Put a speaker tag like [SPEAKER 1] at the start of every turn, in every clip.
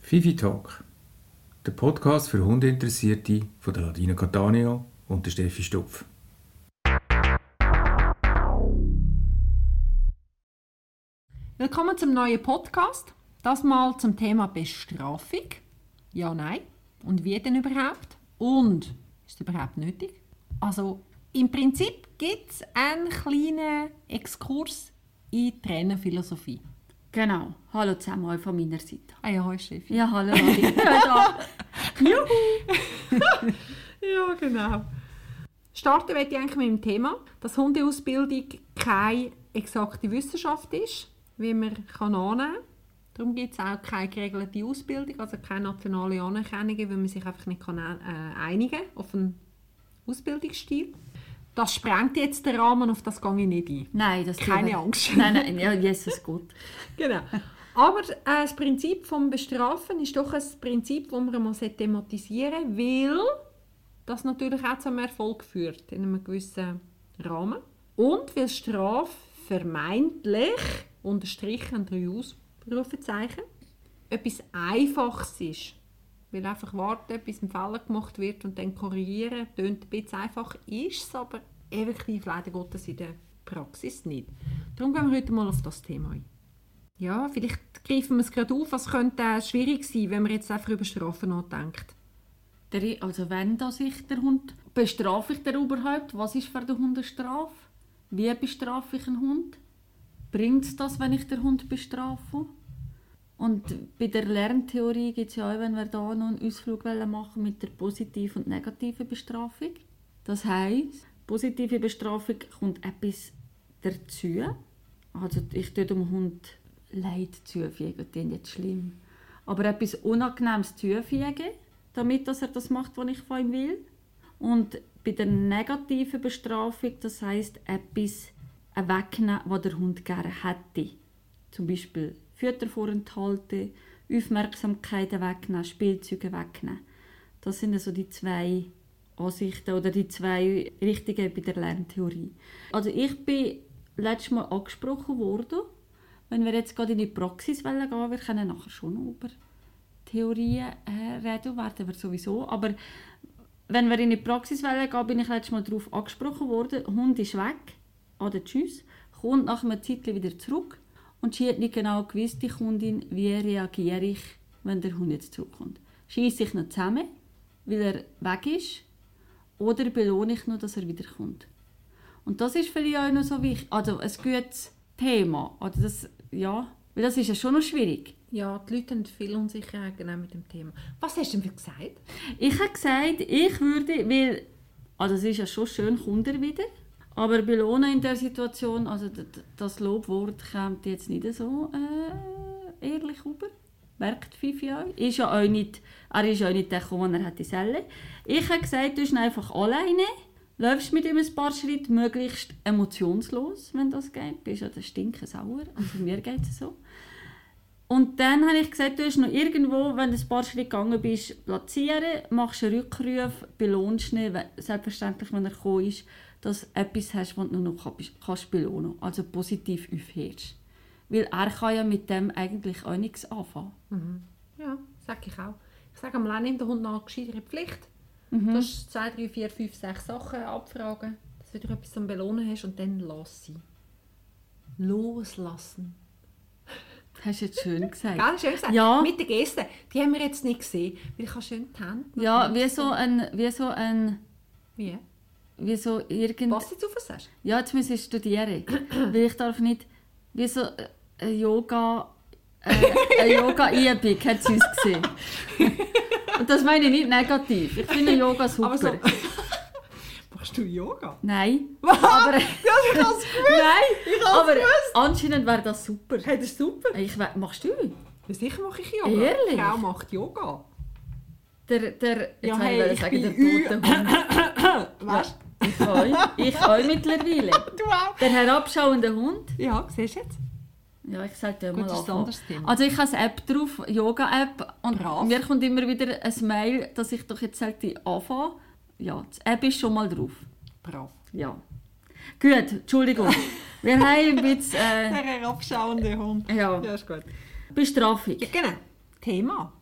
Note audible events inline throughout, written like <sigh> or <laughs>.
[SPEAKER 1] Fifi Talk, der Podcast für Hundeinteressierte von der Ladina Catania und der Steffi Stupf.
[SPEAKER 2] Willkommen zum neuen Podcast. Das mal zum Thema Bestrafung. Ja, nein. Und wie denn überhaupt? Und ist das überhaupt nötig? Also im Prinzip gibt es einen kleinen Exkurs in die Trainerphilosophie.
[SPEAKER 3] Genau. Hallo zusammen, auch von meiner Seite.
[SPEAKER 2] Ah ja, hoi Steffi.
[SPEAKER 3] Ja, hallo Adi. <laughs> Ja,
[SPEAKER 2] <laughs> Ja, genau. Starten möchte ich eigentlich mit dem Thema, dass Hundeausbildung keine exakte Wissenschaft ist, wie man kann annehmen kann. Darum gibt es auch keine geregelte Ausbildung, also keine nationale Anerkennung, weil man sich einfach nicht kann, äh, einigen kann auf einen Ausbildungsstil. Das sprengt jetzt den Rahmen, auf das gehe ich nicht ein.
[SPEAKER 3] Nein, das
[SPEAKER 2] Keine Angst.
[SPEAKER 3] Nein, nein, ja, Jesus Gott.
[SPEAKER 2] Genau. Aber äh, das Prinzip vom Bestrafen ist doch ein Prinzip, das man mal thematisieren sollte, weil das natürlich auch zu einem Erfolg führt, in einem gewissen Rahmen. Und weil Strafe vermeintlich, unterstrichen drei Ausrufezeichen, etwas Einfaches ist. Weil einfach warten, bis ein Fehler gemacht wird und dann korrigieren, tönt ein bisschen einfach, ist es aber effektiv leider Gottes in der Praxis nicht. Darum gehen wir heute mal auf das Thema ein. Ja, vielleicht greifen wir es gerade auf. Was könnte äh, schwierig sein, wenn man jetzt einfach über Strafen nachdenkt?
[SPEAKER 3] Der, also wenn da sich der Hund... Bestrafe ich den überhaupt? Was ist für den Hund eine Strafe? Wie bestrafe ich einen Hund? Bringt es das, wenn ich den Hund bestrafe? Und bei der Lerntheorie gibt es ja auch, wenn wir da noch einen Ausflug wollen machen mit der positiven und negativen Bestrafung. Das heisst, positive Bestrafung kommt etwas dazu. Also ich tue dem Hund Leid zufügen, das ist nicht schlimm. Aber etwas Unangenehmes zufügen, damit dass er das macht, was ich von ihm will. Und bei der negativen Bestrafung, das heisst etwas wegnehmen, was der Hund gerne hätte. Zum Beispiel Futter vorenthalten, Aufmerksamkeiten wegnehmen, Spielzeuge wegnehmen. Das sind also die zwei Ansichten oder die zwei Richtungen bei der Lerntheorie. Also ich bin letztes Mal angesprochen worden, wenn wir jetzt gerade in die Praxis wollen gehen, wir können nachher schon noch über Theorien äh, reden, werden wir sowieso, aber wenn wir in die Praxis wollen gehen, bin ich letztes Mal darauf angesprochen worden, Hund ist weg, oder tschüss, kommt nach einer Zeit wieder zurück und sie hat nicht genau gewusst, die Kundin, wie reagiere ich, wenn der Hund jetzt zurückkommt. Schieße ich noch zusammen, weil er weg ist, oder belohne ich noch, dass er wiederkommt. Und das ist vielleicht auch noch so wichtig, also ein gutes Thema, also das, ja, weil das ist ja schon noch schwierig.
[SPEAKER 2] Ja, die Leute haben viel Unsicherheit genau mit dem Thema. Was hast du denn gesagt?
[SPEAKER 3] Ich habe gesagt, ich würde, weil, also es ist ja schon schön, Kunden wieder, aber belohnen in der Situation, also d- d- das Lobwort kommt jetzt nicht so äh, ehrlich rüber. Merkt Fifi auch. Ist ja auch nicht, er ist ja auch nicht der gekommen, er hat die Selle. Ich habe gesagt, du bist einfach alleine, läufst mit ihm ein paar Schritte, möglichst emotionslos, wenn das geht. Bist ja der Stinke sauer, also mir geht es so. Und dann habe ich gesagt, du hast noch irgendwo, wenn du ein paar Schritte gegangen bist, platzieren, machst einen Rückruf, belohnst ihn, we- selbstverständlich, wenn er gekommen ist, dass du etwas hast, was du nur noch kannst- kannst belohnen kannst, also positiv aufhörst. Weil er kann ja mit dem eigentlich auch nichts anfangen.
[SPEAKER 2] Ja, sage ich auch. Ich sage am Lernen nimmt der Hund eine gescheitere Pflicht. Du hast 2, 3, 4, 5, 6 Sachen abfragen, dass du wieder etwas zum Belohnen hast und dann lass sie. Loslassen.
[SPEAKER 3] Hast du jetzt
[SPEAKER 2] <laughs>
[SPEAKER 3] schön gesagt.
[SPEAKER 2] Gell, schön gesagt.
[SPEAKER 3] Ja.
[SPEAKER 2] Mit den Gesten. Die haben wir jetzt nicht gesehen, weil ich habe schön die Hände noch
[SPEAKER 3] Ja,
[SPEAKER 2] gemacht.
[SPEAKER 3] wie so ein, wie so ein,
[SPEAKER 2] Wie?
[SPEAKER 3] wie so irgend...
[SPEAKER 2] Was jetzt auf was sagst?
[SPEAKER 3] Ja, jetzt muss ich studieren. <clears throat> weil ich darf nicht, wie so äh, eine Yoga, äh,
[SPEAKER 2] <laughs>
[SPEAKER 3] eine Yoga-Übung, hat sie uns gesehen. Und das meine ich nicht negativ. Ich finde Yoga super.
[SPEAKER 2] Aber so. <laughs> Machst du Yoga?
[SPEAKER 3] Nein.
[SPEAKER 2] Was?
[SPEAKER 3] Aber, nein,
[SPEAKER 2] Ja, ich habe es gewusst. Ich hab's
[SPEAKER 3] aber <laughs>
[SPEAKER 2] gewusst.
[SPEAKER 3] anscheinend wäre das super.
[SPEAKER 2] Hey, das ist super.
[SPEAKER 3] Ich we machst du?
[SPEAKER 2] Ja, sicher mache ich Yoga.
[SPEAKER 3] Ehrlich?
[SPEAKER 2] Die Frau macht Yoga.
[SPEAKER 3] Der, der, jetzt
[SPEAKER 2] Ja,
[SPEAKER 3] wollte
[SPEAKER 2] hey,
[SPEAKER 3] ich
[SPEAKER 2] ich
[SPEAKER 3] sagen, der
[SPEAKER 2] bin
[SPEAKER 3] tote
[SPEAKER 2] <coughs>
[SPEAKER 3] Hund.
[SPEAKER 2] Weißt <laughs>
[SPEAKER 3] Ich auch. Ich auch mittlerweile.
[SPEAKER 2] du? Du auch.
[SPEAKER 3] Der herabschauende Hund.
[SPEAKER 2] Ja, siehst du jetzt?
[SPEAKER 3] Ja, ich sage dir
[SPEAKER 2] Gut,
[SPEAKER 3] mal
[SPEAKER 2] das ist ein
[SPEAKER 3] anfangen.
[SPEAKER 2] anderes Thema.
[SPEAKER 3] Also ich habe eine App drauf, Yoga-App, und
[SPEAKER 2] Brav.
[SPEAKER 3] mir kommt immer wieder ein Mail, dass ich doch jetzt sollte anfangen. Ja, die App ist schon mal drauf.
[SPEAKER 2] Brav.
[SPEAKER 3] Ja. Gut, Entschuldigung. Wir haben ein bisschen äh,
[SPEAKER 2] Der herabschauende Hund.
[SPEAKER 3] Ja.
[SPEAKER 2] Ja, ist gut.
[SPEAKER 3] Bestrafung.
[SPEAKER 2] Ja, genau. Thema.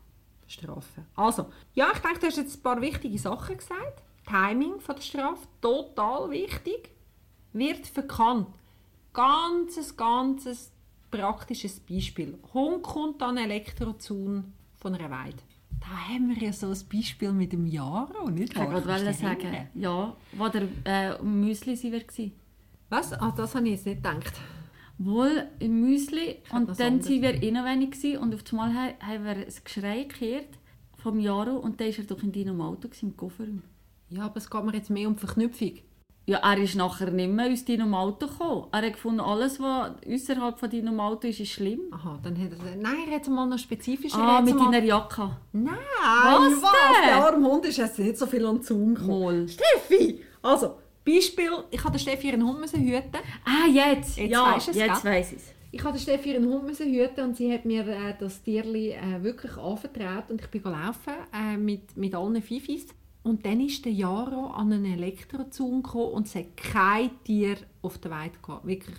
[SPEAKER 2] strafen. Also, ja, ich denke, du hast jetzt ein paar wichtige Sachen gesagt. Timing von der Strafe, total wichtig. Wird verkannt. Ganzes, ganzes praktisches Beispiel. Hund kommt an einen Elektrozaun von einer Weide. Da haben wir ja so ein Beispiel mit dem Jaro, nicht
[SPEAKER 3] Ich wollte gerade sagen, ja, wo der äh, Müsli sie war.
[SPEAKER 2] Was? Ah, das habe ich jetzt nicht gedacht.
[SPEAKER 3] Wohl im Müsli
[SPEAKER 2] das
[SPEAKER 3] und dann
[SPEAKER 2] anders.
[SPEAKER 3] waren wir innen wenig gewesen und auf einmal ha- haben wir ein Geschrei gehört vom Jaro und dann war er doch in deinem Auto, gewesen, im Kofferraum.
[SPEAKER 2] Ja, aber es geht mir jetzt mehr um die Verknüpfung.
[SPEAKER 3] Ja, er ist nachher nicht mehr aus deinem Auto gekommen. Er hat gefunden, alles, was außerhalb von deinem Auto ist, ist schlimm.
[SPEAKER 2] Aha, dann hat er... Nein, er hat es mal noch spezifischer. er
[SPEAKER 3] Ah,
[SPEAKER 2] hat es
[SPEAKER 3] mit
[SPEAKER 2] mal...
[SPEAKER 3] deiner Jacke.
[SPEAKER 2] Nein!
[SPEAKER 3] Was denn?
[SPEAKER 2] Der arme Hund ist jetzt nicht so viel an den Zaun gekommen.
[SPEAKER 3] Mal.
[SPEAKER 2] Steffi! Also, Beispiel, ich habe der Steffi ihren Hund müssen hüten.
[SPEAKER 3] Ah, jetzt.
[SPEAKER 2] Jetzt
[SPEAKER 3] ja,
[SPEAKER 2] weisst du es,
[SPEAKER 3] jetzt
[SPEAKER 2] gell?
[SPEAKER 3] weiß ich es.
[SPEAKER 2] Ich habe der Steffi ihren Hund müssen hüten und sie hat mir äh, das Tierli äh, wirklich anvertraut und ich bin gelaufen äh, mit, mit allen Fifis. Und dann ist der Jaro an einen Elektrozaun gekommen und es hat kein Tier auf der Weide gehabt. Wirklich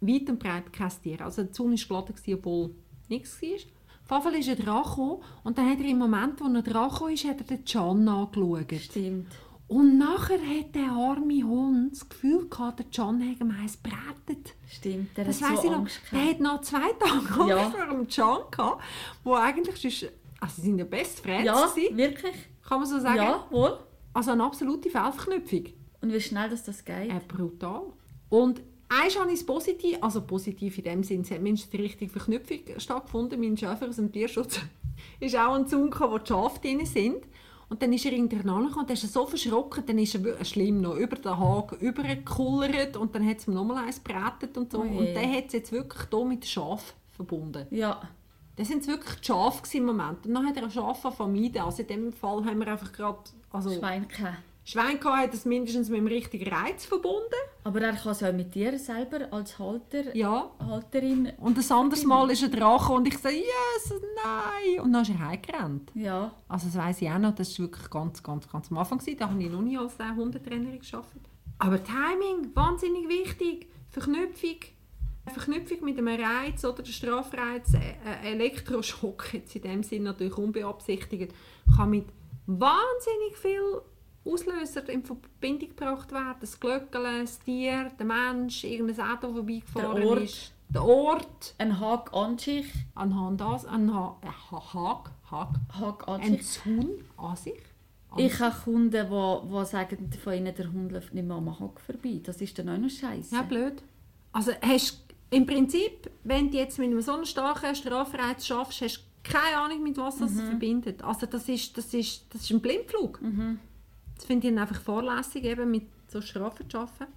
[SPEAKER 2] weit und breit kein Tier. Also der Zaun war glatt, gewesen, obwohl nichts war. Auf jeden Fall ist er dran gekommen und dann hat er im Moment, wo er dran gekommen ist, hat er den Can angeschaut.
[SPEAKER 3] Stimmt.
[SPEAKER 2] Und nachher hat der arme Hund das Gefühl gehabt, der Can hat ihm eins gebrätet.
[SPEAKER 3] Stimmt, der
[SPEAKER 2] Das
[SPEAKER 3] hat
[SPEAKER 2] weiss
[SPEAKER 3] so
[SPEAKER 2] ich noch.
[SPEAKER 3] Angst
[SPEAKER 2] Der
[SPEAKER 3] gehabt.
[SPEAKER 2] hat noch zwei Tage
[SPEAKER 3] <laughs> Ja.
[SPEAKER 2] Angst vor dem Can gehabt, wo eigentlich sonst, also sie sind ja best friends
[SPEAKER 3] Ja,
[SPEAKER 2] gewesen,
[SPEAKER 3] wirklich?
[SPEAKER 2] kann man so sagen.
[SPEAKER 3] Ja, wohl.
[SPEAKER 2] Also eine absolute Fehlverknüpfung.
[SPEAKER 3] Und wie schnell dass das geht.
[SPEAKER 2] Äh, brutal. Und eins habe ich positiv, also positiv in dem Sinne, es hat mindestens die richtige Verknüpfung stattgefunden. Mein Schäfer aus dem Tierschutz <laughs> ist auch an den Zaun gekommen, wo die Schafe drin sind. Und dann ist er hinterher gekommen und dann ist er so verschrocken, dann ist er wirklich schlimm noch über den Haken übergekullert und dann hat es ihm nochmal eins gebrätet und so.
[SPEAKER 3] Oh je.
[SPEAKER 2] und dann hat es jetzt wirklich hier mit Schaf verbunden.
[SPEAKER 3] Ja.
[SPEAKER 2] Das sind wirklich die Schafe gewesen im Moment. Und dann hat er ein Schaf vermieden. Also in dem Fall haben wir einfach gerade... Also
[SPEAKER 3] Schweinke.
[SPEAKER 2] Schwein gehabt, hat es mindestens mit dem richtigen Reiz verbunden.
[SPEAKER 3] Aber er kann es auch mit dir selber als Halter,
[SPEAKER 2] Ja,
[SPEAKER 3] Halterin.
[SPEAKER 2] Und ein anderes
[SPEAKER 3] Mhm.
[SPEAKER 2] Mal ist er dran und ich sage, yes, nein. Und dann ist er heimgerannt.
[SPEAKER 3] Ja.
[SPEAKER 2] Also das weiss ich auch noch, das war wirklich ganz, ganz, ganz am Anfang. gewesen. Da habe ich noch nie als äh, Hundetrainerin gearbeitet. Aber Timing, wahnsinnig wichtig. Verknüpfung. Verknüpfung mit einem Reiz oder der Strafreiz, äh, äh, Elektroschock, jetzt in dem Sinn natürlich unbeabsichtigt, kann mit wahnsinnig viel Auslöser in Verbindung gebracht werden. Das Glöckchen, das Tier, der Mensch, irgendein Auto, das vorbeigefahren
[SPEAKER 3] Der Ort.
[SPEAKER 2] ist. Der Ort.
[SPEAKER 3] Ein Hack an sich.
[SPEAKER 2] Anhand das, anhand, äh, Ha- Haag, Haag,
[SPEAKER 3] Hack an
[SPEAKER 2] ein
[SPEAKER 3] sich.
[SPEAKER 2] Zaun an sich. An
[SPEAKER 3] Ich habe Kunden, die, die sagen, von ihnen der Hund läuft nicht mehr am Hack vorbei. Das ist dann auch noch scheiße.
[SPEAKER 2] Ja, blöd. Also hast im Prinzip, wenn du jetzt mit einem so einem starken Strafreiz schaffst, hast du keine Ahnung, mit was das verbindet. Also das ist, das ist, das ist ein Blindflug. Das finde ich einfach vorlässig, eben mit so Strafen zu arbeiten.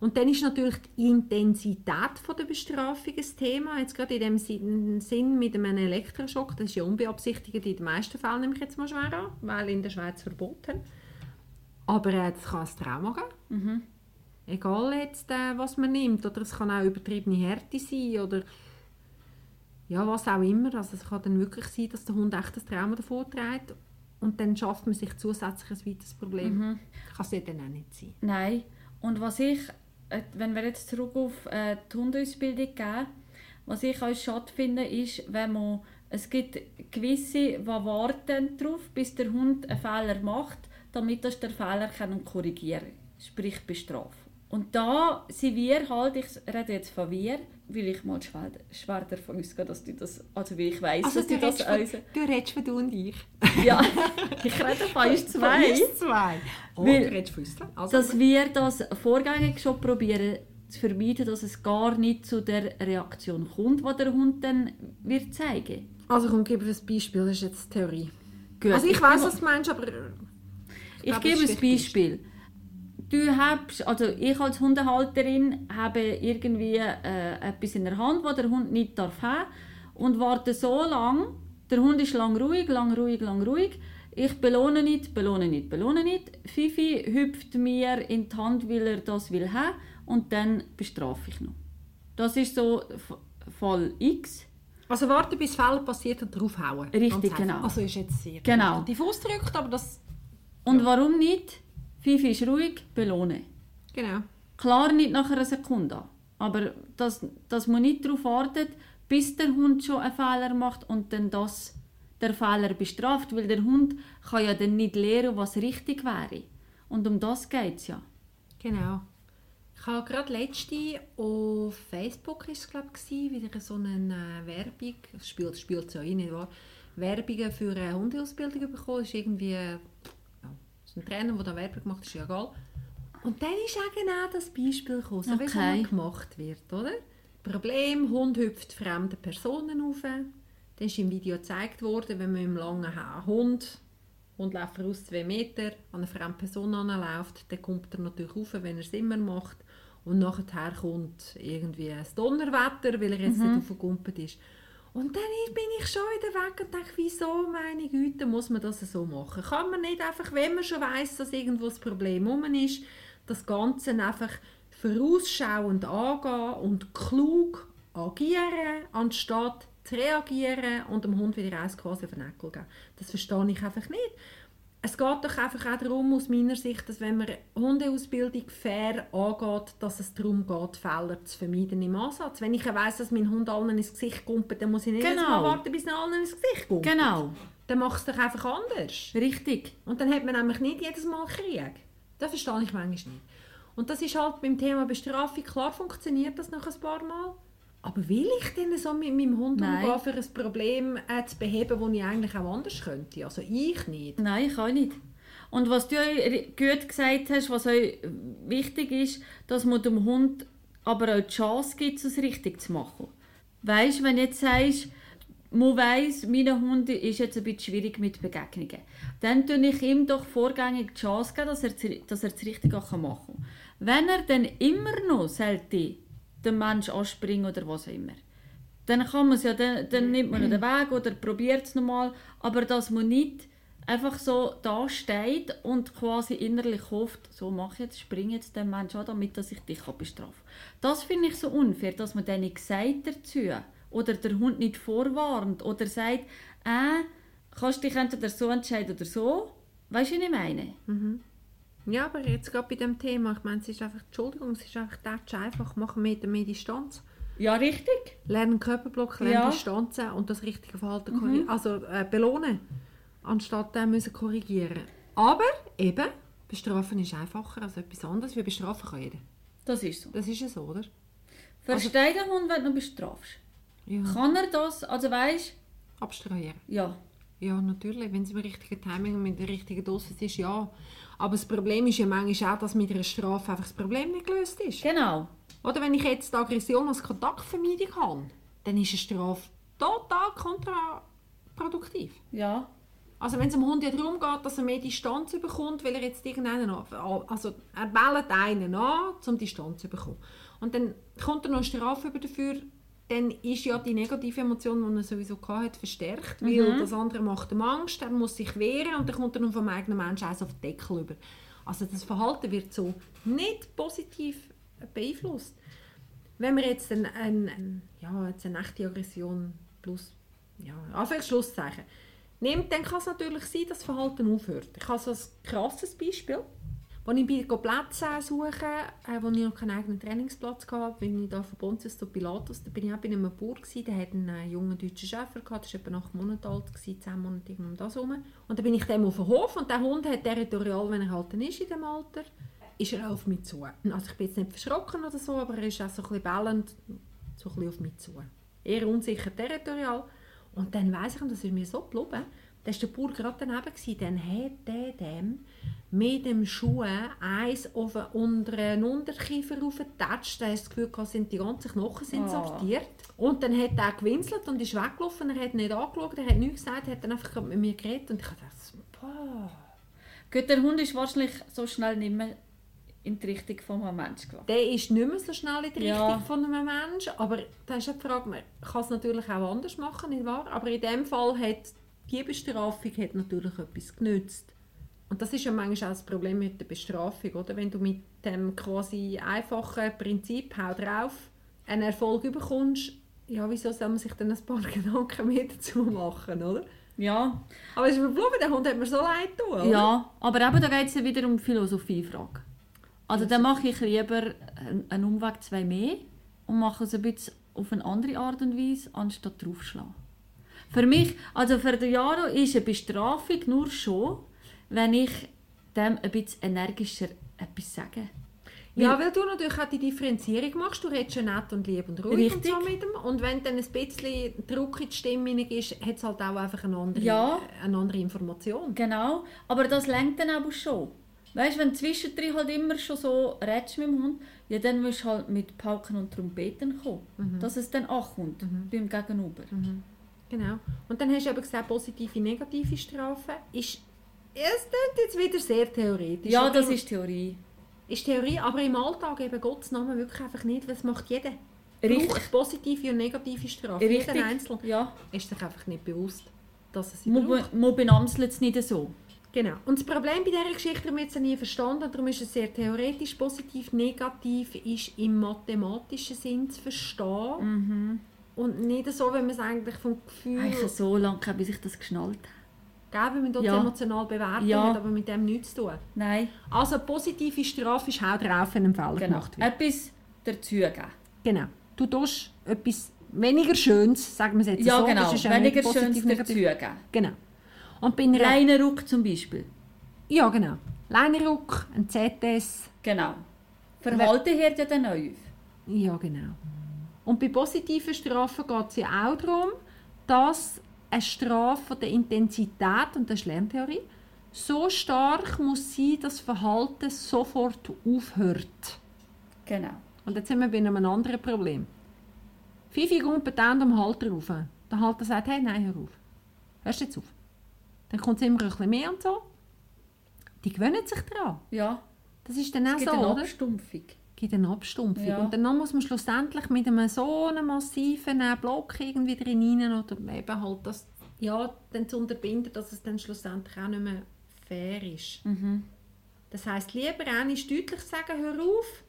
[SPEAKER 2] Und dann ist natürlich die Intensität von der Bestrafung ein Thema. Jetzt gerade in dem Sin- Sinn mit einem Elektroschock, das ist ja unbeabsichtigt in den meisten Fällen, nehme ich jetzt mal schwer an, weil in der Schweiz verboten. Aber äh, das kann ein Trauma geben. Egal jetzt, äh, was man nimmt. Oder es kann auch übertriebene Härte sein oder ja, was auch immer. Also es kann dann wirklich sein, dass der Hund echt ein Trauma davor trägt und dann schafft man sich zusätzlich ein weiteres Problem. Kann es ja dann auch nicht sein.
[SPEAKER 3] Nein. Und was ich, äh, wenn wir jetzt zurück auf äh, die Hundeausbildung gehen, was ich auch schade finde, ist, wenn man, es gibt gewisse, die warten darauf, bis der Hund einen Fehler macht, damit das der Fehler kann korrigieren sprich bestrafen. Und da sind wir halt, ich rede jetzt von wir, weil ich mal schwer, schwer davon ausgehe, dass du das, also weil ich weiss,
[SPEAKER 2] Also
[SPEAKER 3] dass
[SPEAKER 2] du
[SPEAKER 3] du das
[SPEAKER 2] redest, von,
[SPEAKER 3] unsere-
[SPEAKER 2] du redest von du und ich.
[SPEAKER 3] Ja, <laughs> ich rede von uns zwei.
[SPEAKER 2] Von uns zwei. Oh,
[SPEAKER 3] Weil-
[SPEAKER 2] du redest von uns zwei. Also,
[SPEAKER 3] dass wir das vorgängig schon probieren zu vermeiden, dass es gar nicht zu der Reaktion kommt, die der Hund dann wird zeigen.
[SPEAKER 2] also komm, gib mir ein Beispiel, das ist jetzt Theorie.
[SPEAKER 3] Gut.
[SPEAKER 2] Also ich weiß, was du meinst, aber...
[SPEAKER 3] Ich
[SPEAKER 2] glaube,
[SPEAKER 3] gebe
[SPEAKER 2] das
[SPEAKER 3] ein
[SPEAKER 2] ist wichtig.
[SPEAKER 3] Beispiel. Du hast, also ich als Hundehalterin habe irgendwie äh, etwas in der Hand, das der Hund nicht darf haben und warte so lange, der Hund ist lang ruhig, lang ruhig, lang ruhig, ich belohne nicht, belohne nicht, belohne nicht, Fifi hüpft mir in die Hand, weil er das will haben und dann bestrafe ich noch. Das ist so F- Fall X.
[SPEAKER 2] Also warten, bis Fälle passiert und draufhauen.
[SPEAKER 3] Richtig,
[SPEAKER 2] Ganz einfach.
[SPEAKER 3] genau.
[SPEAKER 2] Also ist jetzt sehr
[SPEAKER 3] Genau.
[SPEAKER 2] die Fuß drückt, aber das...
[SPEAKER 3] Und warum nicht? Fifi ist ruhig, belohne.
[SPEAKER 2] Genau.
[SPEAKER 3] Klar nicht nach einer Sekunde, aber dass, dass man nicht darauf wartet, bis der Hund schon einen Fehler macht und dann das der Fehler bestraft, weil der Hund kann ja dann nicht lernen, was richtig wäre. Und um das geht es ja.
[SPEAKER 2] Genau. Ich habe gerade letzte auf Facebook ist es, glaube ich, gewesen, wieder so eine äh, Werbung, es spielt, spielt so ein, nicht wahr? Werbungen für eine Hundeausbildung bekommen, ist irgendwie, äh, ja, ist ein Trainer, der da Werbung macht, ist ja egal. Und dann ist auch genau das Beispiel gekommen, so wie es
[SPEAKER 3] Okay.
[SPEAKER 2] immer gemacht wird, oder? Problem, Hund hüpft fremde Personen auf. Dann ist im Video gezeigt worden, wenn man im langen Haar Hund und läuft aus zwei Meter an eine fremde Person anläuft, dann kommt er natürlich rauf, wenn er es immer macht. Und nachher kommt irgendwie ein Donnerwetter, weil er jetzt nicht aufgekumpelt ist. Und dann bin ich schon wieder weg und denke, wieso, meine Güte, muss man das so machen? Kann man nicht einfach, wenn man schon weiss, dass irgendwo das Problem rum ist, das Ganze einfach vorausschauend angehen und klug agieren, anstatt zu reagieren und dem Hund wieder eins quasi auf den Eckel geben. Das verstehe ich einfach nicht. Es geht doch einfach auch darum, aus meiner Sicht, dass wenn man Hundeausbildung fair angeht, dass es darum geht, Fehler zu vermeiden im Ansatz. Wenn ich ja weiss, dass mein Hund allen ins Gesicht kumpelt, dann muss ich nicht
[SPEAKER 3] Genau.
[SPEAKER 2] jedes Mal warten, bis er allen ins Gesicht kumpelt.
[SPEAKER 3] Genau,
[SPEAKER 2] Dann mach es doch einfach anders.
[SPEAKER 3] richtig.
[SPEAKER 2] Und dann hat man nämlich nicht jedes Mal Krieg. Das verstehe ich manchmal nicht. Und das ist halt beim Thema Bestrafung, klar funktioniert das noch ein paar Mal. Aber will ich denn so mit meinem Hund
[SPEAKER 3] Nein.
[SPEAKER 2] umgehen, für ein Problem äh, zu beheben, das ich eigentlich auch anders könnte? Also ich nicht.
[SPEAKER 3] Nein, ich auch nicht. Und was du euch gut gesagt hast, was euch wichtig ist, dass man dem Hund aber auch die Chance gibt, es richtig zu machen. Weißt, wenn du jetzt sagst, man weiss, mein Hund ist jetzt ein bisschen schwierig mit Begegnungen, dann tue ich ihm doch vorgängig die Chance geben, dass er es- dass er es richtig auch machen kann. Wenn er dann immer noch sollte, den Menschen anspringen oder was auch immer, dann kann man es ja, dann, dann nimmt man den Weg oder probiert es nochmal, aber dass man nicht einfach so da steht und quasi innerlich hofft, so mach ich jetzt, spring jetzt den Menschen an, damit dass ich dich kann bestrafen Das finde ich so unfair, dass man denen gesagt dazu oder der Hund nicht vorwarnt oder sagt, äh, kannst dich entweder so entscheiden oder so. Weißt du, was ich meine?
[SPEAKER 2] Ja, aber jetzt gerade bei dem Thema, ich meine, es ist einfach, Entschuldigung, es ist einfach tatsch einfach, machen Meter mehr Distanz.
[SPEAKER 3] Ja, richtig.
[SPEAKER 2] Lernen Körperblock, lernen
[SPEAKER 3] Ja. Mhm.
[SPEAKER 2] Distanzen und das richtige Verhalten korri- also äh, belohnen, anstatt äh, müssen korrigieren. Aber eben, bestrafen ist einfacher als etwas anderes, weil bestrafen kann jeder.
[SPEAKER 3] Das ist so.
[SPEAKER 2] Das ist ja so, oder?
[SPEAKER 3] Versteh den Hund, wenn du ihn bestrafst.
[SPEAKER 2] Ja.
[SPEAKER 3] Kann er das? Also weißt
[SPEAKER 2] Abstrahieren.
[SPEAKER 3] ja.
[SPEAKER 2] Ja, natürlich, wenn es im richtigen Timing und mit der richtigen Dosis ist, ja. Aber das Problem ist ja manchmal auch, dass mit einer Strafe einfach das Problem nicht gelöst ist.
[SPEAKER 3] Genau.
[SPEAKER 2] Oder wenn ich jetzt die Aggression als Kontaktvermeidung habe, dann ist eine Strafe total kontraproduktiv.
[SPEAKER 3] Ja.
[SPEAKER 2] Also wenn es dem Hund ja darum geht, dass er mehr Distanz bekommt, weil er jetzt irgendeinen an- also er bellt einen an, um Distanz zu bekommen. Und dann kommt er noch eine Strafe über dafür, dann ist ja die negative Emotion, die er sowieso hat, verstärkt, weil das andere macht ihm Angst, er muss sich wehren und dann kommt er noch vom eigenen Menschen eins auf den Deckel über. Also das Verhalten wird so nicht positiv beeinflusst. Wenn man jetzt ein, ein, ein, ja, jetzt eine echte Aggression plus ja, Anführungsschlusszeichen nimmt, dann kann es natürlich sein, dass das Verhalten aufhört. Ich habe so ein krasses Beispiel. Als ich bei Plätze suche, äh, wo ich noch keinen eigenen Trainingsplatz hatte, bin ich da von Pontius zu Pilatus, da bin ich auch bei einem Bauer, gewesen, der hatte einen äh, jungen deutschen Schäfer, gehabt, der war etwa 8 Monate alt, gewesen, 10 Monate um das herum. Und dann bin ich dem auf den Hof und der Hund hat territorial, wenn er halt dann ist in dem Alter, ist er auch auf mich zu. Also ich bin jetzt nicht verschrocken oder so, aber er ist auch so ein bisschen bellend, so ein bisschen auf mich zu. Eher unsicher territorial. Und dann weiss ich, und das ist mir so geblieben, da war der Bauer gerade daneben, gewesen, dann hat er dem mit dem Schuh eins auf den unteren Unterkiefer raufgetatscht. Er hat das Gefühl, gehabt, sind die ganzen Knochen sind
[SPEAKER 3] Ah.
[SPEAKER 2] sortiert. Und dann hat er gewinselt und ist weggelaufen. Er hat nicht angeschaut, er hat nichts gesagt, er hat dann einfach gerade mit mir geredet. Und ich dachte, boah.
[SPEAKER 3] Gut, der Hund ist wahrscheinlich so schnell nicht mehr in die Richtung vom Menschen gelaufen.
[SPEAKER 2] Der ist nicht mehr so schnell in die Richtung
[SPEAKER 3] Ja.
[SPEAKER 2] von einem Menschen. Aber da ist ja die Frage, man kann es natürlich auch anders machen, nicht wahr? Aber in dem Fall hat die Bestrafung hat natürlich etwas genützt. Und das ist ja manchmal auch das Problem mit der Bestrafung, oder? Wenn du mit dem quasi einfachen Prinzip «Hau drauf» einen Erfolg bekommst, ja, wieso soll man sich dann ein paar <laughs> Gedanken mehr dazu machen, oder?
[SPEAKER 3] Ja,
[SPEAKER 2] Aber es ist mir blöd, der Hund hat mir so leid getan, oder?
[SPEAKER 3] ja. Aber eben, da geht es ja wieder um die Philosophiefrage. Also dann mache ich lieber einen- einen Umweg zwei mehr und mache es ein bisschen auf eine andere Art und Weise, anstatt draufschlagen. Für mich, also für den Jaro ist eine Bestrafung nur schon, wenn ich dem ein bisschen energischer etwas sage.
[SPEAKER 2] Ja, weil du natürlich auch die Differenzierung machst. Du redest ja nett und lieb und ruhig
[SPEAKER 3] Richtig.
[SPEAKER 2] und so mit ihm. Und wenn dann ein bisschen Druck in die Stimme hinein ist, hat es halt auch einfach eine andere,
[SPEAKER 3] Ja.
[SPEAKER 2] eine andere Information.
[SPEAKER 3] Genau, aber das lenkt dann aber schon. Weißt du, wenn du zwischendrin halt immer schon so redest mit dem Hund, ja, dann musst du halt mit Pauken und Trompeten kommen,
[SPEAKER 2] Mhm.
[SPEAKER 3] dass es dann ankommt beim Gegenüber.
[SPEAKER 2] Genau. Und dann hast du eben gesagt, positive, negative Strafen. Ist, es klingt jetzt wieder sehr theoretisch.
[SPEAKER 3] Ja,
[SPEAKER 2] Aber
[SPEAKER 3] das
[SPEAKER 2] im-
[SPEAKER 3] ist Theorie.
[SPEAKER 2] ist Theorie, aber im Alltag eben Gottes Namen wirklich einfach nicht, weil es macht jeder.
[SPEAKER 3] Richtig.
[SPEAKER 2] Braucht positive und negative Strafen.
[SPEAKER 3] Richtig,
[SPEAKER 2] Jeder Einzelne
[SPEAKER 3] ja.
[SPEAKER 2] ist sich einfach nicht bewusst, dass es sie braucht.
[SPEAKER 3] Man benamselt es nicht so.
[SPEAKER 2] Genau. Und das Problem bei dieser Geschichte haben wir jetzt nie verstanden, darum ist es sehr theoretisch positiv. Negativ ist im mathematischen Sinn zu verstehen
[SPEAKER 3] Mhm.
[SPEAKER 2] und nicht so, wenn man es eigentlich vom Gefühl
[SPEAKER 3] Ich habe so lange gehabt, bis ich das geschnallt habe.
[SPEAKER 2] geben, wenn man das
[SPEAKER 3] Ja.
[SPEAKER 2] emotional bewertet,
[SPEAKER 3] Ja.
[SPEAKER 2] hat aber mit dem nichts zu tun.
[SPEAKER 3] Nein,
[SPEAKER 2] Also positive Strafe ist auch drauf, wenn ein Fehler
[SPEAKER 3] genau.
[SPEAKER 2] gemacht wird.
[SPEAKER 3] Etwas dazugeben.
[SPEAKER 2] Genau. Du tust etwas weniger Schönes, sagen wir es jetzt
[SPEAKER 3] Ja,
[SPEAKER 2] so.
[SPEAKER 3] genau.
[SPEAKER 2] Das ist auch nicht
[SPEAKER 3] Weniger
[SPEAKER 2] positiv,
[SPEAKER 3] Schönes
[SPEAKER 2] negativ.
[SPEAKER 3] dazugeben.
[SPEAKER 2] Genau. Und bei einer...
[SPEAKER 3] Leinenruck zum Beispiel.
[SPEAKER 2] ja, genau. Leinenruck, ein ZS,
[SPEAKER 3] Genau. Verhalten hört ja dann auf.
[SPEAKER 2] Ja, genau. Und bei positiven Strafen geht es ja auch darum, dass eine Strafe von der Intensität, und das ist Lerntheorie, so stark muss sein, dass Verhalten sofort aufhört.
[SPEAKER 3] Genau.
[SPEAKER 2] Und jetzt sind wir bei einem anderen Problem. Fifi kompetent am Halter rauf. Der Halter sagt, hey, nein, hör auf. Hörst jetzt auf. Dann kommt es immer ein bisschen mehr und so. Die gewöhnen sich daran.
[SPEAKER 3] Ja,
[SPEAKER 2] Das ist dann
[SPEAKER 3] es
[SPEAKER 2] auch
[SPEAKER 3] gibt
[SPEAKER 2] so,
[SPEAKER 3] eine
[SPEAKER 2] oder?
[SPEAKER 3] Abstumpfung.
[SPEAKER 2] gibt eine Abstumpfung.
[SPEAKER 3] Ja.
[SPEAKER 2] Und dann muss man schlussendlich mit einem so einem massiven äh, Block irgendwie drin hinein oder eben halt das, ja, dann zu unterbinden, dass es dann schlussendlich auch nicht mehr fair ist.
[SPEAKER 3] Mhm.
[SPEAKER 2] Das heisst, lieber einmal deutlich sagen, hör auf,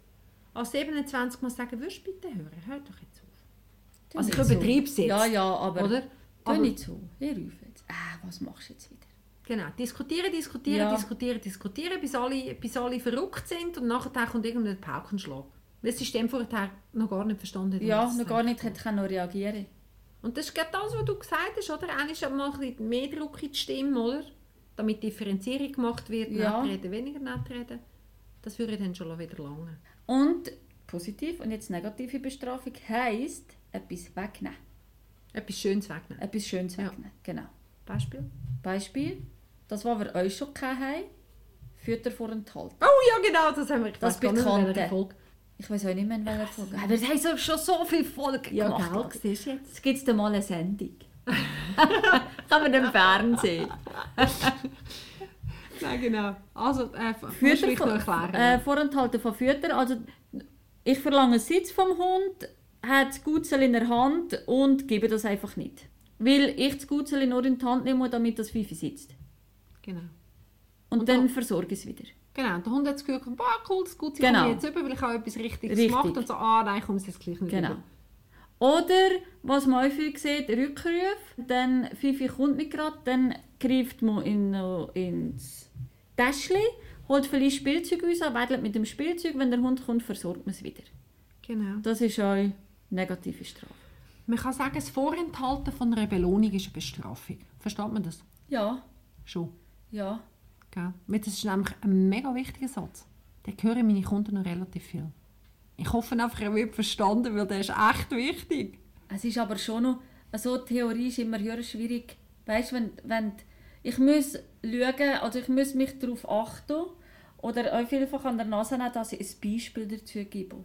[SPEAKER 2] als 27 Mal sagen, würdest du bitte hören, hör doch jetzt auf.
[SPEAKER 3] Tu
[SPEAKER 2] Also ich
[SPEAKER 3] nicht so.
[SPEAKER 2] übertreib's jetzt.
[SPEAKER 3] Ja, ja, aber...
[SPEAKER 2] Oder?
[SPEAKER 3] Tu
[SPEAKER 2] Aber-
[SPEAKER 3] nicht so. Hör auf jetzt. Ah, was machst du jetzt wieder?
[SPEAKER 2] Genau, diskutieren, diskutieren,
[SPEAKER 3] Ja.
[SPEAKER 2] diskutieren, diskutieren, bis alle, bis alle verrückt sind und nachher kommt irgendein Paukenschlag. Weil das System vorher noch gar nicht verstanden hat. um
[SPEAKER 3] Ja,
[SPEAKER 2] was es
[SPEAKER 3] noch gar nicht hätte ich auch noch reagieren
[SPEAKER 2] Und das ist gerade das, was du gesagt hast, oder? Einmal ist mal ein bisschen mehr Druck in die Stimme, oder? Damit Differenzierung gemacht wird,
[SPEAKER 3] Ja.
[SPEAKER 2] nicht reden, weniger nicht reden. Das würde dann schon wieder lange.
[SPEAKER 3] Und positiv und jetzt negative Bestrafung heisst, etwas wegnehmen.
[SPEAKER 2] Etwas Schönes wegnehmen.
[SPEAKER 3] Etwas Schönes
[SPEAKER 2] Ja.
[SPEAKER 3] wegnehmen. Genau.
[SPEAKER 2] Beispiel?
[SPEAKER 3] Beispiel, das, was wir euch schon gehabt haben, Fütter vorenthalten.
[SPEAKER 2] Oh ja, genau, das haben wir. Ich
[SPEAKER 3] Das
[SPEAKER 2] weiss gar nicht mehr,
[SPEAKER 3] Bekannte.
[SPEAKER 2] welcher Folge.
[SPEAKER 3] Ich weiß auch nicht mehr, in welcher Folge. Aber es haben so- schon so viele Folgen
[SPEAKER 2] Ja,
[SPEAKER 3] gemacht.
[SPEAKER 2] genau,
[SPEAKER 3] Also,
[SPEAKER 2] siehst du jetzt.
[SPEAKER 3] Jetzt gibt es mal eine Sendung. Kann man im Fernsehen.
[SPEAKER 2] <laughs> Nein, genau. Also, äh, musst du
[SPEAKER 3] Fütter
[SPEAKER 2] mich noch
[SPEAKER 3] von,
[SPEAKER 2] erklären.
[SPEAKER 3] äh, vorenthalten von Fütter. Also, ich verlange einen Sitz vom Hund, hat das Gutzel in der Hand und gebe das einfach nicht. Weil ich das Gutzel nur in die Hand nehme, damit das Fifi sitzt.
[SPEAKER 2] genau.
[SPEAKER 3] Und,
[SPEAKER 2] Und
[SPEAKER 3] dann
[SPEAKER 2] da-
[SPEAKER 3] versorge ich es wieder.
[SPEAKER 2] Genau, der Hund hat das Gefühl, gehabt, boah, cool, das Gute
[SPEAKER 3] Genau.
[SPEAKER 2] kommt jetzt rüber, weil ich habe etwas Richtiges
[SPEAKER 3] Richtig.
[SPEAKER 2] gemacht und so, ah nein, kommt es jetzt gleich nicht
[SPEAKER 3] Genau.
[SPEAKER 2] rüber.
[SPEAKER 3] Oder, was man häufig sieht, Rückruf. Dann Fifi kommt nicht gerade, dann greift man in, äh, ins Täschchen, holt vielleicht Spielzeug raus, wedelt mit dem Spielzeug. Wenn der Hund kommt, versorgt man es wieder.
[SPEAKER 2] Genau.
[SPEAKER 3] Das ist eine negative Strafe.
[SPEAKER 2] Man kann sagen, das Vorenthalten von einer Belohnung ist eine Bestrafung. Versteht man das?
[SPEAKER 3] Ja,
[SPEAKER 2] Schon.
[SPEAKER 3] ja.
[SPEAKER 2] Gell? Weil Das ist nämlich ein mega wichtiger Satz. Den hören meine Kunden noch relativ viel. Ich hoffe einfach, er wird verstanden, weil der ist echt wichtig.
[SPEAKER 3] Es ist aber schon noch, also die Theorie ist immer höher schwierig. Weißt wenn, wenn die- ich muss schauen, also ich muss mich darauf achten oder auch vielfach an der Nase nehmen, dass ich ein Beispiel dazu gebe.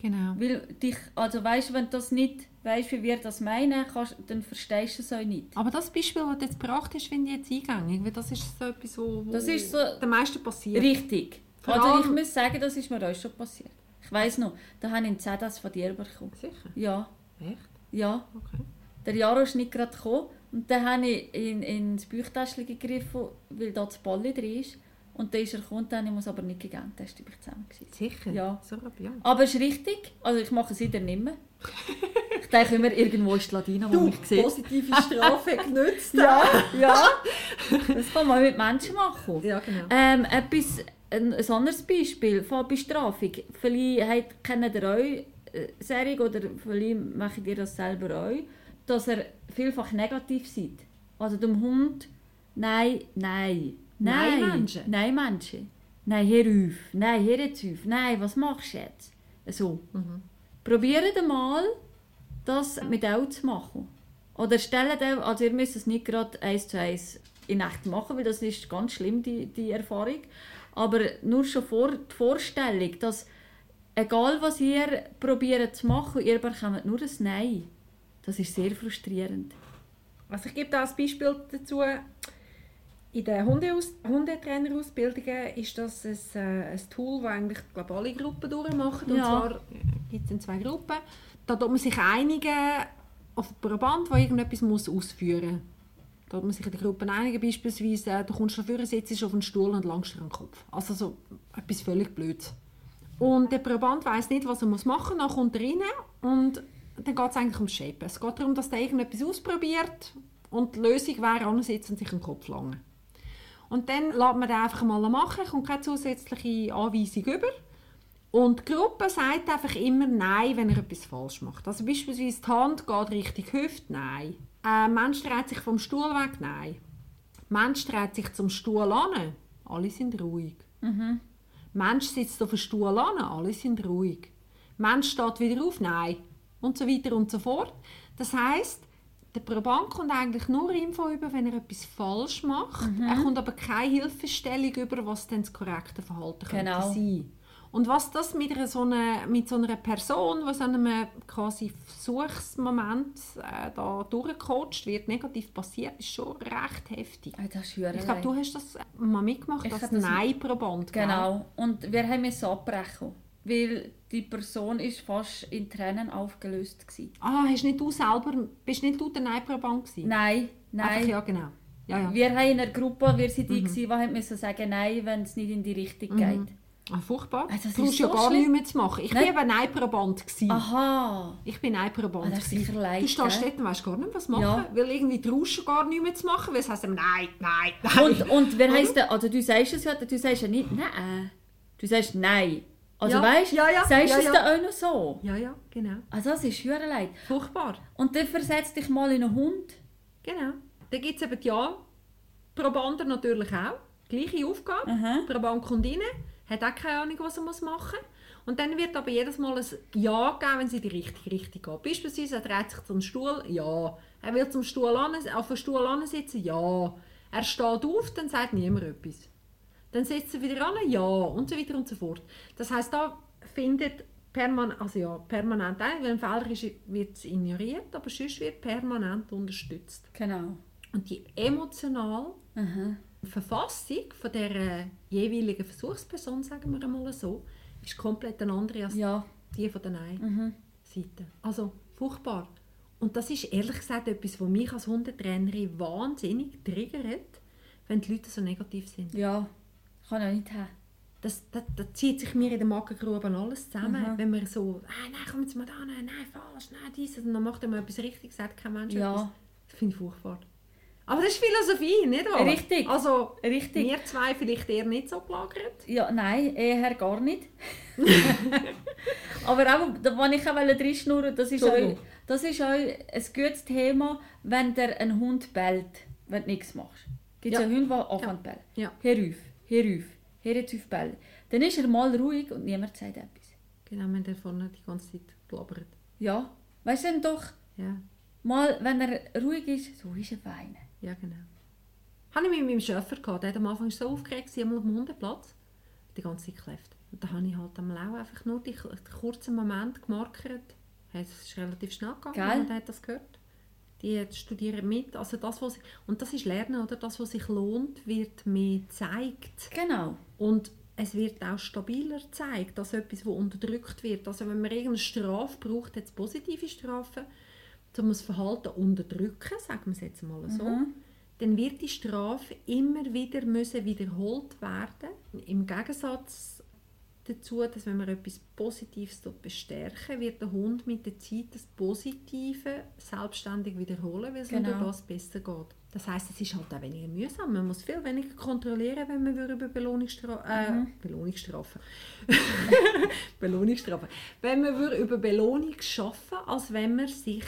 [SPEAKER 2] Genau.
[SPEAKER 3] Weil dich, also weißt, wenn du das nicht weißt, wie wir das meinen, kannst, dann verstehst du es auch nicht.
[SPEAKER 2] Aber das Beispiel, das du jetzt gebracht hast, finde ich jetzt eingängig, weil das ist so etwas, wo, wo
[SPEAKER 3] Das ist so-
[SPEAKER 2] den meisten passiert.
[SPEAKER 3] Richtig.
[SPEAKER 2] Vor
[SPEAKER 3] Also ich
[SPEAKER 2] allem-
[SPEAKER 3] muss sagen, das ist mir auch schon passiert. Ich weiß noch, da habe ich einen Zedas von dir bekommen.
[SPEAKER 2] Sicher?
[SPEAKER 3] Ja,
[SPEAKER 2] Echt?
[SPEAKER 3] ja.
[SPEAKER 2] Okay.
[SPEAKER 3] Der Jaro ist nicht gerade gekommen. Und dann habe ich in, in das Büchtäschchen gegriffen, weil da das Balli drin ist. Und dann ist er gekommen, dann habe ich muss aber nicht gegeben. Dann war ich zusammen. gewesen.
[SPEAKER 2] Sicher?
[SPEAKER 3] Ja.
[SPEAKER 2] So, ja.
[SPEAKER 3] Aber es ist richtig. Also ich mache es wieder nicht
[SPEAKER 2] <laughs>
[SPEAKER 3] mehr. ich denke immer, irgendwo ist die Ladina, die mich sieht.
[SPEAKER 2] positive Strafe
[SPEAKER 3] <laughs>
[SPEAKER 2] genützt.
[SPEAKER 3] Ja,
[SPEAKER 2] <laughs>
[SPEAKER 3] ja. Das kann man mit Menschen machen.
[SPEAKER 2] Ja, genau.
[SPEAKER 3] Ähm, etwas, ein, ein anderes Beispiel von Bestrafung. Vielleicht habt- kennt ihr euch äh, Serie oder vielleicht macht ihr das selber euch. dass er vielfach negativ seid. Also dem Hund, nein, nein, nein.
[SPEAKER 2] Nein, Menschen.
[SPEAKER 3] Nein, Menschen. Nein, hör auf. Nein, hör jetzt auf. Nein, was machst du jetzt? So. Probiert mal, das mit euch zu machen. Oder stellt euch, also ihr müsst es nicht gerade eins zu eins in echt machen, weil das ist ganz schlimm, die, die Erfahrung. Aber nur schon vor, die Vorstellung, dass egal was ihr probiert zu machen, ihr bekommt nur ein Nein. Das ist sehr frustrierend.
[SPEAKER 2] Also ich gebe da als Beispiel dazu. In den Hundeaus Hundetrainerausbildungen ist das ein, äh, ein Tool, das eigentlich glaub, alle Gruppen durchmachen. Und
[SPEAKER 3] Ja.
[SPEAKER 2] zwar gibt es in zwei Gruppen. Da tut man sich einigen auf einen Proband, der irgendetwas muss ausführen muss. Da tut man sich in den Gruppen einigen, beispielsweise, äh, du kommst nach vorne, sitzt auf einen Stuhl und langst dir an den Kopf. Also so etwas völlig Blödes. Und der Proband weiß nicht, was er muss machen muss. Dann kommt er rein und dann geht es eigentlich ums Shapen. Es geht darum, dass der irgendetwas ausprobiert und die Lösung wäre, ansitzen und sich den Kopf langen. Und dann lässt man den einfach mal machen, kommt keine zusätzliche Anweisung über. Und die Gruppe sagt einfach immer Nein, wenn er etwas falsch macht. Also beispielsweise die Hand geht richtig Hüfte, Nein. Äh, Ein Mensch dreht sich vom Stuhl weg, Nein. Mensch dreht sich zum Stuhl an, alle sind ruhig. Mensch sitzt auf dem Stuhl an, alle sind ruhig. Mensch steht wieder auf, nein. Und so weiter und so fort. Das heißt, der Proband kommt eigentlich nur Info über, wenn er etwas falsch macht. Er kommt aber keine Hilfestellung über, was denn das korrekte Verhalten
[SPEAKER 3] Genau.
[SPEAKER 2] könnte sein. Und was das mit einer so einer, mit so einer Person, die so einem äh, quasi Versuchsmoment äh, da durchgecoacht wird, negativ passiert, ist schon recht heftig.
[SPEAKER 3] Ah, Das ist schwer.
[SPEAKER 2] Ich glaube, du hast das mal mitgemacht,
[SPEAKER 3] Ich
[SPEAKER 2] das
[SPEAKER 3] hab das mit-
[SPEAKER 2] Nein-Proband. gell?
[SPEAKER 3] Genau. Und wir haben es abbrechen, weil die Person ist fast in Tränen aufgelöst gsi.
[SPEAKER 2] Ah, hast nicht du selber, bist nicht du der Nein-Proband gewesen?
[SPEAKER 3] Nein, nein.
[SPEAKER 2] Einfach, ja, genau. Ja, Mhm. ja.
[SPEAKER 3] Wir haben in einer Gruppe, wir sind die, gsi, die haben müssen sagen, nein, wenn es nicht in die Richtung geht.
[SPEAKER 2] Ah, furchtbar.
[SPEAKER 3] Ah, das
[SPEAKER 2] du
[SPEAKER 3] ist
[SPEAKER 2] brauchst ja
[SPEAKER 3] so
[SPEAKER 2] gar nichts
[SPEAKER 3] schlimm.
[SPEAKER 2] mehr zu machen. Ich
[SPEAKER 3] Nein.
[SPEAKER 2] war eben Nein-Proband. gewesen.
[SPEAKER 3] Aha.
[SPEAKER 2] Ich bin Nein-Proband.
[SPEAKER 3] Ah, das ist
[SPEAKER 2] gewesen.
[SPEAKER 3] sicher leid,
[SPEAKER 2] Du stehst
[SPEAKER 3] gell?
[SPEAKER 2] dort und weisst gar nicht, was machen.
[SPEAKER 3] Ja.
[SPEAKER 2] Weil irgendwie traust du gar nichts mehr zu machen, weil es heisst, nein, nein, nein.
[SPEAKER 3] Und, und wer heisst denn, also du sagst es ja, du sagst ja nicht nein. Du sagst nein. Also
[SPEAKER 2] Ja,
[SPEAKER 3] weißt du,
[SPEAKER 2] ja, ja,
[SPEAKER 3] sagst
[SPEAKER 2] ja,
[SPEAKER 3] es
[SPEAKER 2] ja.
[SPEAKER 3] dann auch noch so.
[SPEAKER 2] ja, ja, genau.
[SPEAKER 3] Also das ist schwer leid.
[SPEAKER 2] Furchtbar.
[SPEAKER 3] Und dann versetzt dich mal in einen Hund.
[SPEAKER 2] Genau. Dann gibt es eben die Ja-Probanden natürlich auch. Gleiche Aufgabe.
[SPEAKER 3] Aha.
[SPEAKER 2] Der Proband kommt rein, hat auch keine Ahnung, was er machen muss. Und dann wird aber jedes Mal ein Ja gegeben, wenn sie die richtige Richtung geht. Beispielsweise, er dreht sich zum Stuhl, ja. Er will zum Stuhl an, auf den Stuhl an sitzen, ja. Er steht auf, dann sagt niemand etwas. Dann sitzt er wieder an, ja. Und so weiter und so fort. Das heisst, da findet permanent, also ja, permanent ein, wenn ein Fehler ist, wird es ignoriert, aber sonst wird permanent unterstützt.
[SPEAKER 3] Genau.
[SPEAKER 2] Und die emotionale
[SPEAKER 3] Aha.
[SPEAKER 2] Verfassung von der äh, jeweiligen Versuchsperson, sagen wir einmal so, ist komplett eine andere als
[SPEAKER 3] Ja. Mhm.
[SPEAKER 2] die von der Nein-Seite. Also furchtbar. Und das ist ehrlich gesagt etwas, was mich als Hundetrainerin wahnsinnig triggert, wenn die Leute so negativ sind.
[SPEAKER 3] Ja, kann auch nicht haben.
[SPEAKER 2] Das, das, das zieht sich mir in der Magengrube alles zusammen.
[SPEAKER 3] Aha.
[SPEAKER 2] Wenn man so, ah, nein, komm jetzt mal da, nein, nein, falsch, nein, dieses. Und dann macht er mal etwas richtig, sagt kein Mensch
[SPEAKER 3] Ja.
[SPEAKER 2] etwas. Das finde ich furchtbar. Aber das ist Philosophie, nicht wahr?
[SPEAKER 3] Richtig.
[SPEAKER 2] Also,
[SPEAKER 3] Richtig.
[SPEAKER 2] wir zwei vielleicht eher nicht so gelagert.
[SPEAKER 3] Ja, nein, eher gar
[SPEAKER 2] <laughs>
[SPEAKER 3] nicht. Aber auch, da wollte ich auch reinschnurren, das ist auch,
[SPEAKER 2] Entschuldigung.
[SPEAKER 3] das ist auch ein gutes Thema, wenn der ein Hund bellt, wenn du nichts machst. Gibt es
[SPEAKER 2] Ja.
[SPEAKER 3] einen Hund, der anfängt zu bellen?
[SPEAKER 2] Ja.
[SPEAKER 3] Hör auf, hör auf, hör jetzt auf zu bellen. Dann ist er mal ruhig und niemand sagt etwas.
[SPEAKER 2] Genau, wir haben da vorne die ganze Zeit gelabert.
[SPEAKER 3] Ja, weißt du dann doch,
[SPEAKER 2] Ja,
[SPEAKER 3] mal, wenn er ruhig ist, so ist er fein.
[SPEAKER 2] ja genau. Habe ich mit meinem Schäfer gehabt, der hat am Anfang so aufgeregt, sie einmal auf dem Hundeplatz, die ganze Zeit gekläfft. Und da habe ich halt am Lau einfach nur die, den kurzen Moment gemarkert. Hey, Es ist relativ schnell gegangen,
[SPEAKER 3] Gell?
[SPEAKER 2] niemand hat das gehört. Die studieren mit, also das, was und das ist Lernen, oder? Das, was sich lohnt, wird mehr gezeigt.
[SPEAKER 3] Genau.
[SPEAKER 2] Und es wird auch stabiler gezeigt, dass etwas, wo unterdrückt wird. Also wenn man irgendeine Strafe braucht, jetzt positive Strafe, um das Verhalten unterdrücken, sagen wir es jetzt mal so, dann wird die Strafe immer wieder müssen wiederholt werden. Im Gegensatz dazu, dass wenn man etwas Positives dort bestärken, wird der Hund mit der Zeit das Positive selbstständig wiederholen, weil es ihm
[SPEAKER 3] Genau.
[SPEAKER 2] durch das besser geht. Das heißt, es ist halt auch weniger mühsam. Man muss viel weniger kontrollieren, wenn man würde über Belohnungsstra äh, Belohnungsstrafen <laughs> Belohnungsstrafen. Wenn man würde über Belohnung schaffen, als wenn man sich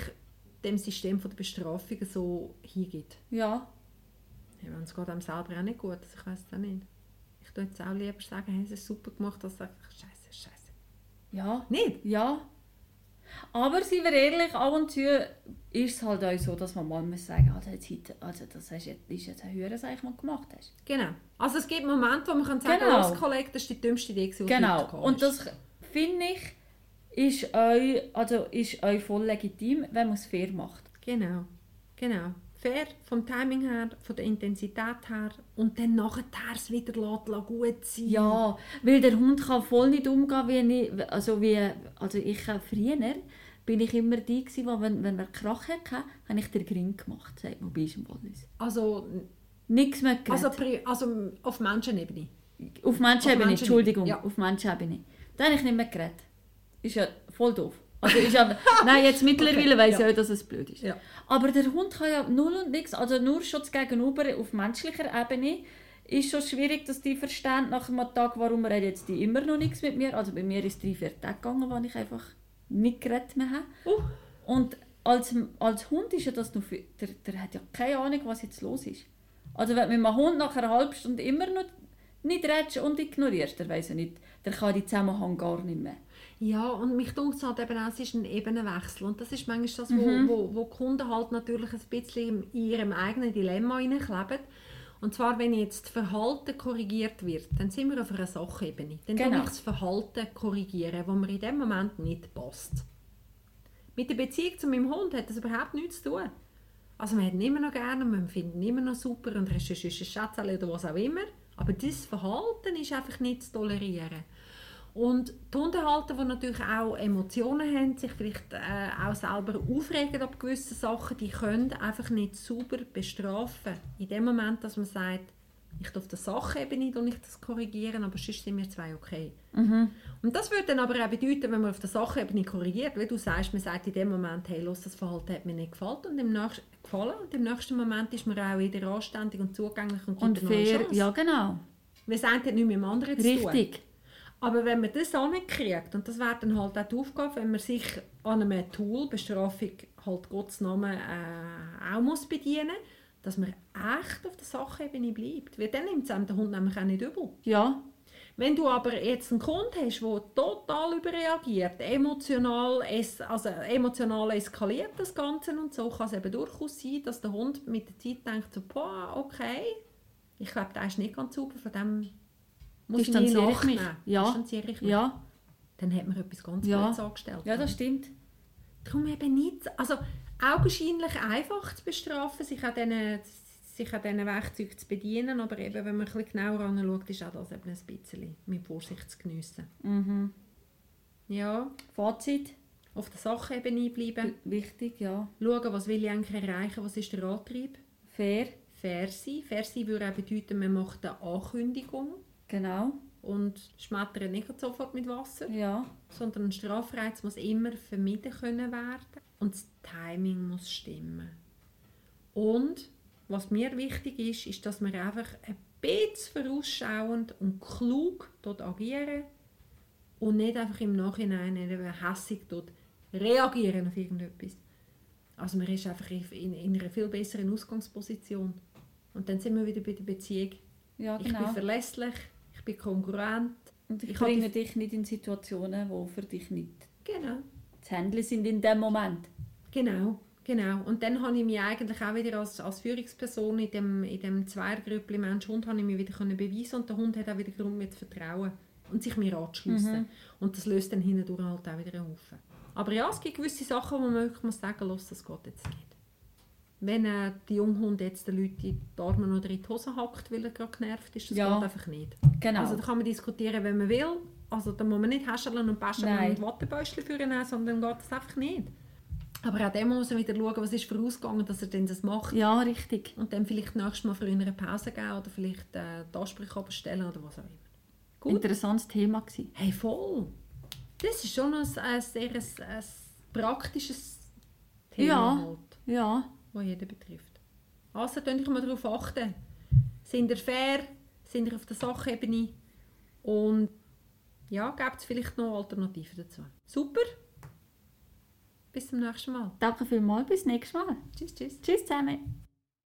[SPEAKER 2] dem System von der Bestrafung so hingibt.
[SPEAKER 3] Ja,
[SPEAKER 2] Ja, und es geht einem selber auch nicht gut, also ich weiß es auch nicht. Ich würde jetzt auch lieber sagen, hey, es ist super gemacht, als sagen, scheiße, scheiße.
[SPEAKER 3] ja,
[SPEAKER 2] Nicht?
[SPEAKER 3] ja. Aber seien wir ehrlich, ab und zu ist es halt auch so, dass man mal muss sagen muss, also, jetzt heute- also das hast jetzt, ist jetzt ein Höheres, was du gemacht hast.
[SPEAKER 2] Genau. Also es gibt Momente, wo man kann sagen kann,
[SPEAKER 3] Genau.
[SPEAKER 2] los Kollege, das war die dümmste Idee, die heute
[SPEAKER 3] Genau.
[SPEAKER 2] gekommen ist.
[SPEAKER 3] Und das finde ich ist euch, also ist euch voll legitim, wenn man es fair macht.
[SPEAKER 2] Genau. Genau. Fair, vom Timing her, von der Intensität her und dann nachher es wieder lässt, lässt gut sein.
[SPEAKER 3] Ja, weil der Hund kann voll nicht umgehen, wie ich, also wie, also ich äh, früher bin ich immer die gewesen, wo, wenn, wenn wir Krach hatten, habe ich den Grin gemacht, sagt man bei uns im Wallis.
[SPEAKER 2] Also,
[SPEAKER 3] Nichts mehr geredet.
[SPEAKER 2] also, pri- also auf Menschenebene.
[SPEAKER 3] auf Menschenebene,
[SPEAKER 2] Menschenebene,
[SPEAKER 3] Entschuldigung,
[SPEAKER 2] ja.
[SPEAKER 3] auf Menschenebene. Dann habe ich nicht mehr geredet. Ist ja voll doof. Also ist ja, <laughs> nein, jetzt mittlerweile
[SPEAKER 2] Okay,
[SPEAKER 3] weiss
[SPEAKER 2] ja.
[SPEAKER 3] ich auch, dass es blöd ist.
[SPEAKER 2] Ja.
[SPEAKER 3] Aber der Hund kann ja null und nichts, also nur schon das Gegenüber auf menschlicher Ebene ist schon schwierig, dass die verstehen nach einem Tag, warum er jetzt die immer noch nichts mit mir. Also bei mir ist es drei, vier Tage gegangen, wo ich einfach nicht geredet mehr habe.
[SPEAKER 2] Uh.
[SPEAKER 3] Und als, als Hund ist ja das noch viel, der, der hat ja keine Ahnung, was jetzt los ist. Also wenn du mit einem Hund nach einer halben Stunde immer noch nicht redest und ignorierst, der weiß ja nicht, der kann den Zusammenhang gar nicht mehr.
[SPEAKER 2] Ja, und mich dunkt es halt eben auch, es ist ein Ebenenwechsel. Und das ist manchmal das, wo, wo, wo die Kunden halt natürlich ein bisschen in ihrem eigenen Dilemma hineinkleben. Und zwar, wenn jetzt das Verhalten korrigiert wird, dann sind wir auf einer Sachebene. Dann kann
[SPEAKER 3] Genau.
[SPEAKER 2] ich das Verhalten korrigieren, wo mir in dem Moment nicht passt. Mit der Beziehung zu meinem Hund hat das überhaupt nichts zu tun. Also wir hätten ihn immer noch gerne, und wir finden ihn immer noch super und er ist ein süßes Schätzchen oder was auch immer. Aber dieses Verhalten ist einfach nicht zu tolerieren. Und die Hundehalter, die natürlich auch Emotionen haben, sich vielleicht äh, auch selber aufregen ab gewissen Sachen, die können einfach nicht sauber bestrafen. In dem Moment, dass man sagt, ich darf das Sachebene und ich das korrigieren, aber sonst sind wir zwei okay. Und das würde dann aber auch bedeuten, wenn man auf der Sachebene korrigiert, weil du sagst, man sagt in dem Moment, hey, los, das Verhalten hat mir nicht gefallen und im nächsten, gefallen, und im nächsten Moment ist man auch wieder anständig und zugänglich und gibt
[SPEAKER 3] Und
[SPEAKER 2] ihm noch eine
[SPEAKER 3] fair,
[SPEAKER 2] Chance.
[SPEAKER 3] ja genau,
[SPEAKER 2] Man sagt hat nichts mit dem anderen zu tun.
[SPEAKER 3] richtig.
[SPEAKER 2] Aber wenn man das auch nicht kriegt, und das wäre dann halt auch die Aufgabe, wenn man sich an einem Tool, Bestrafung, halt Gottes Namen äh, auch muss bedienen dass man echt auf der Sachebene bleibt. Weil dann nimmt es einem der Hund nämlich auch nicht übel.
[SPEAKER 3] Ja,
[SPEAKER 2] Wenn du aber jetzt einen Kunden hast, der total überreagiert, emotional, es, also emotional eskaliert das Ganze und so, kann es eben durchaus sein, dass der Hund mit der Zeit denkt, so, boah, okay, ich glaube, der ist nicht ganz sauber, von dem muss ich mich
[SPEAKER 3] Distanziere ich mich.
[SPEAKER 2] nachnehmen.
[SPEAKER 3] Ja.
[SPEAKER 2] Distanziere ich mich.
[SPEAKER 3] ja,
[SPEAKER 2] Dann hat man etwas ganz
[SPEAKER 3] Ja.
[SPEAKER 2] Blödes angestellt.
[SPEAKER 3] ja, das stimmt.
[SPEAKER 2] Darum eben nicht, also augenscheinlich einfach zu bestrafen, sich an diesen, sich an diesen Werkzeugen zu bedienen, aber eben, wenn man ein bisschen genauer anschaut, ist auch das eben ein bisschen mit Vorsicht zu geniessen.
[SPEAKER 3] Mhm.
[SPEAKER 2] Ja,
[SPEAKER 3] Fazit,
[SPEAKER 2] auf der Sachebene bleiben,
[SPEAKER 3] wichtig, ja.
[SPEAKER 2] schauen, was will ich eigentlich erreichen, was ist der Antrieb,
[SPEAKER 3] Fair,
[SPEAKER 2] fair sein. Fair sein würde auch bedeuten, man macht eine Ankündigung
[SPEAKER 3] genau,
[SPEAKER 2] und schmettert nicht gerade sofort mit Wasser.
[SPEAKER 3] ja.
[SPEAKER 2] sondern ein Strafreiz muss immer vermieden können werden und das Timing muss stimmen. Und was mir wichtig ist, ist, dass man einfach ein bisschen vorausschauend und klug dort agieren und nicht einfach im Nachhinein eben hässig dort reagieren auf irgendetwas. Also man ist einfach in, in, in einer viel besseren Ausgangsposition. Und dann sind wir wieder bei der Beziehung.
[SPEAKER 3] Ja,
[SPEAKER 2] Ich bin
[SPEAKER 3] genau.
[SPEAKER 2] verlässlich, ich bin kongruent.
[SPEAKER 3] Und ich,
[SPEAKER 2] ich hab
[SPEAKER 3] bringe dich nicht in Situationen, die für dich nicht
[SPEAKER 2] Genau.
[SPEAKER 3] zu handeln sind in dem Moment.
[SPEAKER 2] Genau, genau. Und dann habe ich mich eigentlich auch wieder als, als Führungsperson in dem, in dem Zweiergrüppli Mensch-Hund habe ich mich wieder können beweisen und der Hund hat auch wieder Grund, mir zu vertrauen und sich mir
[SPEAKER 3] Mhm.
[SPEAKER 2] anzuschliessen. Und das löst dann hindurch halt auch wieder einen Haufen. Aber ja, es gibt gewisse Sachen, wo man wirklich muss sagen muss, das geht jetzt nicht. Wenn äh, der Junghund jetzt den Leuten in die Arme oder in die Hose hackt, weil er gerade genervt ist, das
[SPEAKER 3] Ja.
[SPEAKER 2] geht einfach nicht.
[SPEAKER 3] Genau.
[SPEAKER 2] Also da kann man diskutieren, wenn man will. Also da muss man nicht häscheln und bäscheln
[SPEAKER 3] Nein.
[SPEAKER 2] und Wattebäuschen führen, sondern dann geht das einfach nicht. Aber auch dem muss man wieder schauen, was ist vorausgegangen, dass er denn das macht.
[SPEAKER 3] Ja, richtig.
[SPEAKER 2] Und dann vielleicht nächstes Mal früher eine Pause geben oder vielleicht äh, die Ansprüche abstellen oder was auch immer. Gut.
[SPEAKER 3] Interessantes Thema gewesen.
[SPEAKER 2] Hey, voll! Das ist schon noch ein, ein sehr ein, ein praktisches Thema,
[SPEAKER 3] Ja.
[SPEAKER 2] halt,
[SPEAKER 3] Ja,
[SPEAKER 2] das jeden betrifft. Also, könnt ich mal darauf achten. Sind ihr fair? Sind ihr auf der Sachebene? Und ja, gibt es vielleicht noch Alternativen dazu. Super! Bis zum nächsten Mal.
[SPEAKER 3] Danke vielmals, bis nächstes Mal.
[SPEAKER 2] Tschüss, tschüss.
[SPEAKER 3] Tschüss zusammen.